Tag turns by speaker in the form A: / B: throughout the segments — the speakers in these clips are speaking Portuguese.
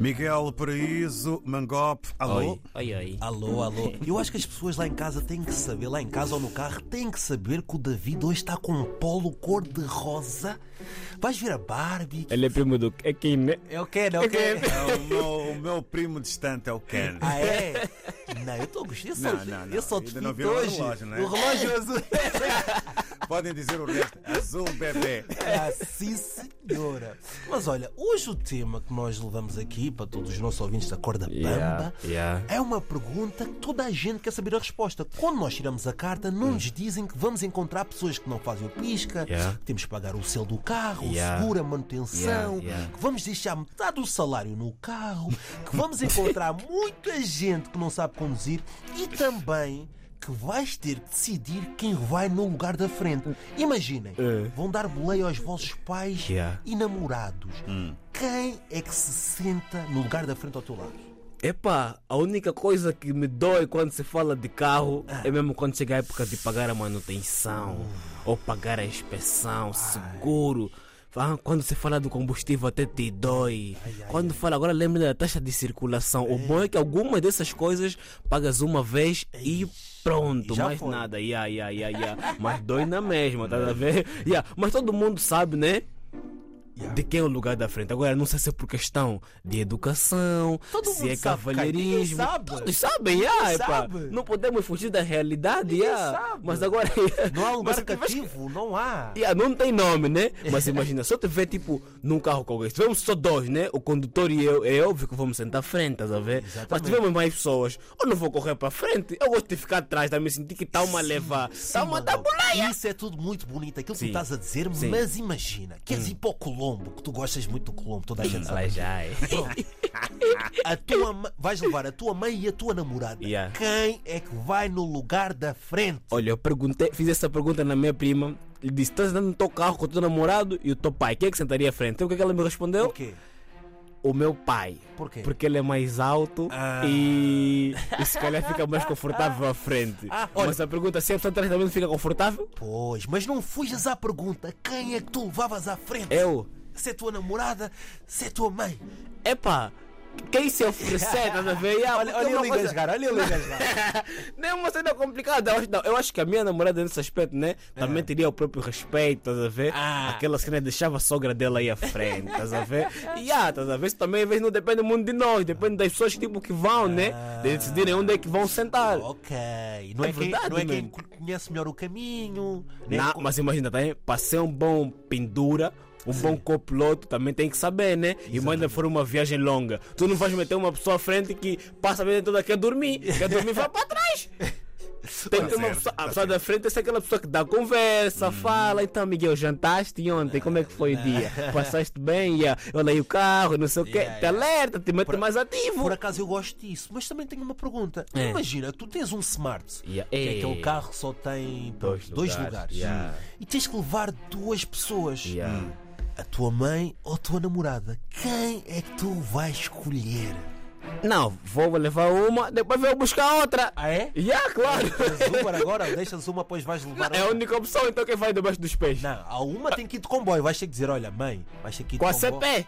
A: Miguel Paraíso, Mangop, alô?
B: Oi, oi.
C: Alô, alô. Eu acho que as pessoas lá em casa têm que saber, lá em casa ou no carro, têm que saber que o David hoje está com um polo cor-de-rosa. Vais ver a Barbie.
B: Ele é primo do é quem né?
C: É o Ken, é o Ken.
A: É o meu, o meu primo distante, é o Ken.
C: Ah, é? Não, eu estou gostando.
A: Não,
C: Eu sou,
A: não, não.
C: Eu sou
A: Ainda não
C: de
A: viram o
C: hoje.
A: relógio, não é?
C: O relógio azul.
A: Podem dizer o resto. Azul bebê.
C: Ah, sim, senhora. Mas olha, hoje o tema que nós levamos aqui para todos os nossos ouvintes da Corda Bamba
B: Yeah, yeah.
C: é uma pergunta que toda a gente quer saber a resposta. Quando nós tiramos a carta, não nos dizem que vamos encontrar pessoas que não fazem o pisca,
B: Hum. Yeah.
C: que temos que pagar o selo do carro,
B: Yeah.
C: o seguro, a manutenção,
B: Yeah, yeah.
C: que vamos deixar metade do salário no carro, que vamos encontrar muita gente que não sabe conduzir e também que vais ter que decidir quem vai no lugar da frente. Imaginem, vão dar boleia aos vossos pais
B: É. Yeah. Hum.
C: e namorados. Quem é que se senta no lugar da frente ao teu lado?
B: Epá, a única coisa que me dói quando se fala de carro é mesmo quando chega a época de pagar a manutenção ou pagar a inspeção, seguro. Ah, Quando se fala do combustível até te dói. Quando fala agora lembra da taxa de circulação. O bom é que algumas dessas coisas pagas uma vez e pronto,
C: E já
B: mais
C: foi.
B: nada. Ya, ya, ya, ya. Mas dói na mesma, tá a ver? Ya, Mas todo mundo sabe, né?
C: Yeah.
B: De quem é o lugar da frente? Agora, não sei se é por questão de educação,
C: Todo
B: se
C: mundo
B: é
C: sabe, cara.
B: cavalheirismo.
C: Ninguém sabe.
B: Todos sabem, yeah, epá.
C: sabe.
B: não podemos fugir da realidade. yeah.
C: sabe.
B: Mas agora. é
C: Não há lugar
B: Mas- mas-
C: cativo, não há.
B: Yeah, não tem nome, né? Mas imagina, se eu tiver tipo num carro com alguém, se tivermos só dois, né? O condutor e eu, é óbvio que vamos sentar à frente, estás a ver? Mas
C: Exatamente.
B: tivemos mais pessoas, eu não vou correr para frente, eu gosto de ficar atrás, tá? me sentir que está uma leva, está
C: Sim,
B: uma
C: mano.
B: da boleia.
C: Isso é tudo muito bonito, aquilo que
B: Sim.
C: tu estás a dizer,
B: Sim. Hum.
C: mas imagina, queres ir para o Colombo, que tu gostas muito do Colombo, toda a gente
B: Lá
C: sabe.
B: já é.
C: Pronto. A tua ma- Vais levar a tua mãe e a tua namorada.
B: Yeah.
C: Quem é que vai no lugar da frente?
B: Olha, eu perguntei, fiz essa pergunta na minha prima. Lhe disse: Estás andando no teu carro com o teu namorado e o teu pai? Quem é que sentaria à frente? Sabe o que é que ela me respondeu?
C: O quê?
B: O meu pai.
C: Por quê?
B: Porque ele é mais alto
C: Ah.
B: e, e se calhar fica mais confortável à frente.
C: Ah,
B: Mas a pergunta se a pessoa atrás também não fica confortável?
C: Pois, mas não fujas à pergunta. Quem é que tu levavas à frente?
B: Eu.
C: Se é tua namorada, se é tua mãe.
B: Epá, quem se oferecer, estás a ver? Yeah, porque é uma coisa-
C: olha ele engasgar.
B: Não é uma cena complicada, eu acho, não. Eu acho que a minha namorada nesse aspecto, né? Também teria o próprio respeito, estás a ver?
C: É. Ah.
B: Aquela cena deixava a sogra dela aí à frente, estás a ver? E ah, estás a ver? Isso também às vezes não depende muito de nós, depende das pessoas tipo, que vão, né?
C: Ah.
B: De decidirem onde é que vão sentar.
C: Ok, não é,
B: É verdade,
C: quem, não é quem
B: mano.
C: conhece melhor o caminho. né?
B: Não, mas imagina, também, para ser um bom pendura. Um bom copiloto também tem que saber, né? E manda for uma viagem longa. Tu não vais meter uma pessoa à frente que passa a vida toda quer dormir. Quer dormir, vai para trás. Tem que ter
A: certo, Hum.
B: uma pessoa,
A: tá
B: a pessoa da frente é aquela pessoa que dá conversa, fala. Então, Miguel, jantaste ontem? Como é que foi o dia? Passaste bem? Yeah. Olha aí o carro, não sei o quê.
C: Yeah,
B: Te
C: yeah.
B: alerta, te mete mais ativo.
C: Por acaso eu gosto disso, mas também tenho uma pergunta.
B: É.
C: Imagina, tu tens um smart,
B: Yeah.
C: que é
B: Ei.
C: aquele carro que só tem pô,
B: Dois
C: dois,
B: lugares.
C: lugares,
B: Yeah.
C: e tens que levar duas pessoas.
B: Yeah.
A: Hum.
C: A tua mãe ou a tua namorada? Quem é que tu vais escolher?
B: Não, vou levar uma, depois vou buscar outra.
C: Ah, é?
B: Yeah, claro.
C: Uber agora, deixas uma, pois vais levar
B: É a
C: outra.
B: única opção, então quem vai debaixo dos pés?
C: Não, a uma tem que ir de comboio. Vais ter que dizer: olha, mãe, vais ter que ir de
B: Com a
C: comboio.
B: CP?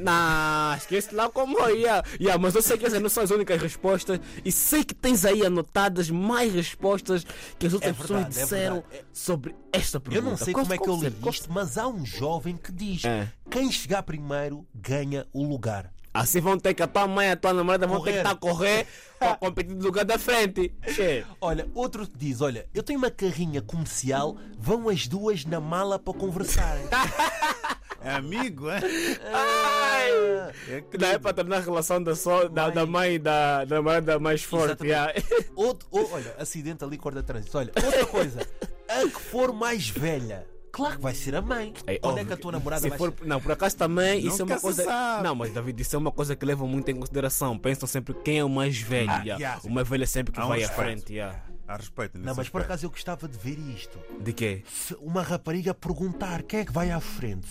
B: não, esquece lá como é. Yeah, yeah, mas eu sei que essas não são as únicas respostas e sei que tens aí anotadas mais respostas que as outras
C: É
B: pessoas
C: verdade, é
B: disseram
C: verdade.
B: sobre esta pergunta.
C: Eu não sei
B: Qual-
C: como é que eu
B: qual
C: li
B: ser- qual-
C: isto, mas há um jovem que diz:
B: É.
C: quem chegar primeiro ganha o lugar.
B: Assim vão ter que a tua mãe e a tua namorada vão ter que
C: Correr.
B: estar a correr para competir no lugar da frente. Che.
C: Olha, outro que diz: olha, eu tenho uma carrinha comercial, vão as duas na mala para conversarem.
A: É amigo, é?
B: Ai.
A: é
B: Que daí é para tornar a relação da, so, da, da mãe e da, da namorada mais forte.
C: Exatamente.
B: yeah.
C: Outro, ou- olha, acidente ali, corda de trânsito. Olha, outra coisa: a que for mais velha, claro que vai ser a mãe.
B: Ei,
C: Onde é
B: óbvio
C: que a tua namorada
B: se
C: vai
B: for,
C: ser?
B: Não, por acaso também isso é
A: Nunca
B: uma
A: se
B: coisa.
A: sabe.
B: Não, mas David, isso é uma coisa que levam muito em consideração. Pensam sempre quem é o mais velho.
A: Ah,
B: yeah.
A: yeah.
B: O mais velho é sempre que
A: Há um
B: vai à
A: respeito.
B: frente. yeah.
A: Há respeito
C: Não,
A: nesse
C: mas por
A: aspecto.
C: acaso eu gostava de ver isto.
B: De quê?
C: Se uma rapariga perguntar quem é que vai à frente,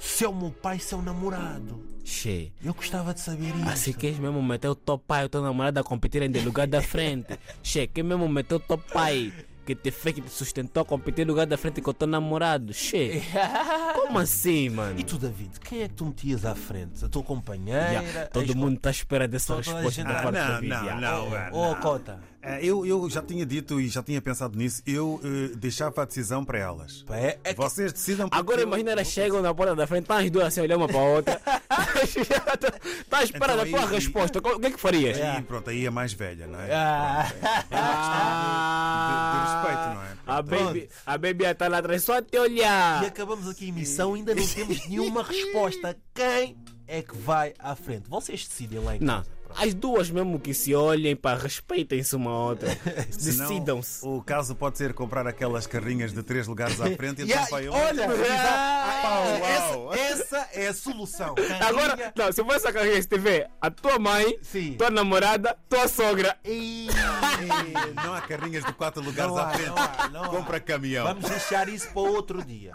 C: se é o meu pai, se é o namorado.
B: Che.
C: Eu gostava de saber
A: Ah,
C: isso.
B: Assim queres mesmo meter o teu pai e o teu namorado a competirem de lugar da frente. che, quem mesmo meter o teu pai que te fez, que te sustentou a competir no lugar da frente com o teu namorado. Che. Como assim, mano?
C: E tu, David, quem é que tu metias à frente? A tua companheira?
B: Yeah, todo
C: Ex-
B: mundo está à espera dessa
C: Toda a
B: resposta
C: gente-
B: da
C: Ah,
B: parte da
A: não,
B: vida.
A: não,
B: yeah.
A: não.
C: Ou
A: é,
C: a cota?
A: É, Eu, eu já tinha dito e já tinha pensado nisso. Eu eh, deixava a decisão para elas.
C: Pá, É, é que-
A: Vocês decidam porque
B: Agora
A: eu-
B: imagina elas chegam na porta da frente, estão as duas assim, olhando uma para a outra. Está à espera
A: Então
B: da tua
A: aí-
B: resposta. O que é que farias?
A: Aí, pronto, aí é mais velha, não é?
C: Ah.
A: de- de respeito, não é?
B: Ah, A baby, a baby está lá atrás só a te olhar.
C: E acabamos aqui a emissão, ainda não temos nenhuma resposta. Quem é que vai à frente? Vocês decidem lá em
B: Não.
C: casa.
B: As duas mesmo que se olhem, pá, respeitem-se uma à outra.
A: Senão,
B: Decidam-se.
A: O caso pode ser comprar aquelas carrinhas de três lugares à frente e então
C: Yeah,
A: vai um.
C: olha,
A: Pau, uau.
C: essa, essa é a solução.
B: Agora, não, se for essa carreira, se tiver a tua mãe,
C: Sim.
B: tua namorada, tua sogra.
C: Ei,
A: Não há carrinhas de quatro lugares
C: Não
A: à
C: há,
A: frente.
C: não há, não há.
A: Compra caminhão.
C: Vamos deixar isso para outro dia.